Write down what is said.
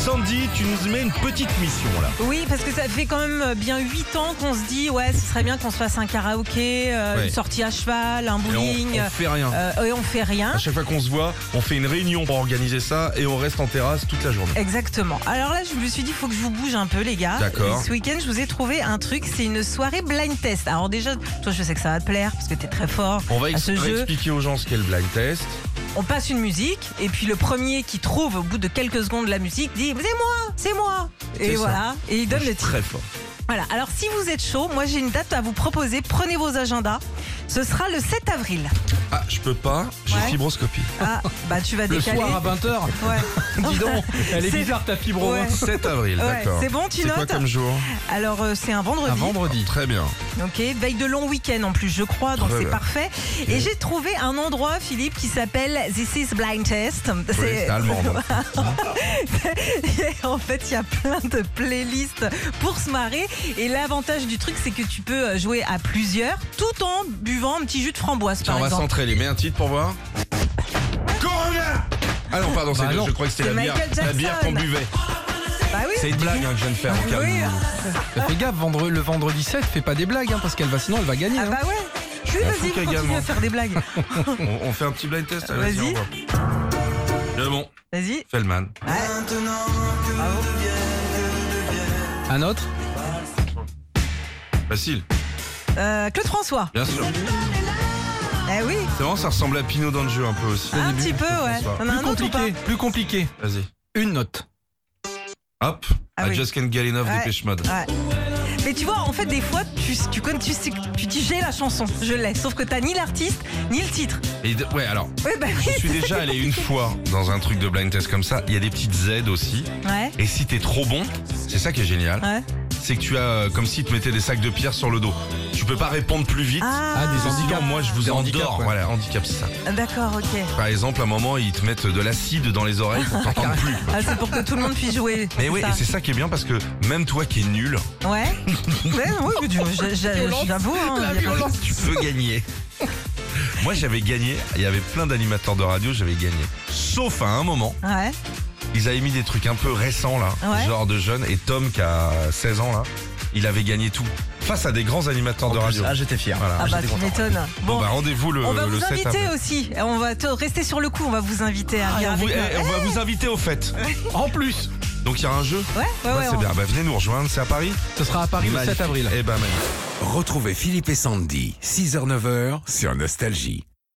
Sandy, tu nous mets une petite mission là. Oui, parce que ça fait quand même bien 8 ans qu'on se dit, ouais, ce serait bien qu'on se fasse un karaoké, euh, Ouais. une sortie à cheval, un Et on, bowling. on Ah, fait rien. euh, et on fait rien. À chaque fois qu'on se voit, on fait une réunion pour organiser ça et on reste en terrasse toute la journée. Exactement. Alors là, je me suis dit, faut que je vous bouge un peu, les gars. D'accord. Et Ce week-end, je vous ai trouvé un truc. C'est une soirée blind test. Alors déjà, toi, je sais que ça va te plaire parce que t'es très fort On va à ce ex- jeu. expliquer aux gens ce qu'est le blind test. On passe une musique et puis le premier qui trouve au bout de quelques secondes la musique dit, c'est moi, c'est moi. C'est Et ça. voilà. Et il Moi, donne je le suis titre. Très fort. Voilà. Alors si vous êtes chaud, moi j'ai une date à vous proposer. Prenez vos agendas. Ce sera le 7 avril. Ah, je peux pas, j'ai Ouais. fibroscopie. Ah, bah tu vas Le décaler. soir à 20h, Ouais. dis donc, elle est, C'est- bizarre ta fibre au Ouais. 7 avril, Ouais, d'accord. c'est bon, tu C'est quoi notes comme jour Alors euh, c'est un vendredi. Un vendredi. Très bien. Ok, veille de long week-end en plus, je crois, donc Très c'est bien. parfait. Et j'ai trouvé un endroit, Philippe, qui s'appelle This is Blind Test. Oui, c'est allemand. donc. en fait, il y a plein de playlists pour se marrer. Et l'avantage du truc, c'est que tu peux euh, jouer à plusieurs, tout en buvant un petit jus de framboise, Tiens, on par va exemple. s'entrailer. Mets un titre pour voir. Corona Ah non, pardon, c'est Bah le- non. je crois que c'était C'est la bière, Michael la bière Jackson. qu'on buvait. Bah oui. C'est une blague hein, que je viens de faire. Calme. Oui. Fais gaffe, vendre- le vendredi 7, fais pas des blagues, hein, parce qu'elle va sinon elle va gagner. Ah hein. bah ouais. Oui, un vas-y, fou continue également. à faire des blagues. On, on fait un petit blind test. allez, Vas-y. on voit. Le bon, Vas-y. Feldman. Un autre Facile, Euh, Claude François. bien sûr. Eh oui, C'est vraiment, ça ressemble à Pinot dans le jeu un peu aussi. un petit peu, ouais. François. On a Plus Ah, un autre ou pas compliqué, plus compliqué. Vas-y. Une note. Hop, Ah I oui. just can get enough Ouais. Dépêche Mode. Ouais. Mais tu vois, en fait, des fois, tu, tu, connais- tu, sais- tu dis j'ai la chanson, je l'ai. Sauf que t'as ni l'artiste, ni le titre. Et de- ouais, alors, Ouais, bah je oui. suis déjà allé une fois dans un truc de blind test comme ça. Il y a des petites aides aussi. Ouais, Et si t'es trop bon, c'est ça qui est génial, ouais. c'est que tu as euh, comme si tu mettais des sacs de pierre sur le dos. Tu peux pas répondre plus vite. Ah, Ah, des Sinon, handicaps. moi, je vous Des endors. handicaps, ouais. Voilà, handicap, c'est ça. d'accord, ok. Par exemple, à un moment, ils te mettent de l'acide dans les oreilles pour t'entendre plus. Ah, c'est pour que tout le monde puisse jouer. Mais oui, et ça. c'est ça qui est bien parce que même toi qui es nul, Ouais. Ouais, oui, mais tu- je- je- j'avoue. hein, y a pas de- tu peux gagner. Moi, j'avais gagné. Il y avait plein d'animateurs de radio, j'avais gagné. Sauf à un moment, Ouais, ils avaient mis des trucs un peu récents là, Ouais. genre de jeunes. Et Tom, qui a 16 ans là, il avait gagné tout face à des grands animateurs de radio. Ah, j'étais fier. Voilà. ah bah tu m'étonnes. Bon, Bon, bah rendez-vous le, on va le vous 7 inviter avril. aussi. On va te- rester sur le coup, on va vous inviter à Ah, et venir on, vous- avec eh, nous. on va vous inviter au fait. En plus, Donc il y a un jeu. Ouais, ouais, Bah, ouais. c'est on- bien. Bah, venez nous rejoindre, c'est à Paris. ce sera à Paris le 7 avril. Et bah, magnifique. Retrouvez Philippe et Sandy, 6h-9h sur Nostalgie.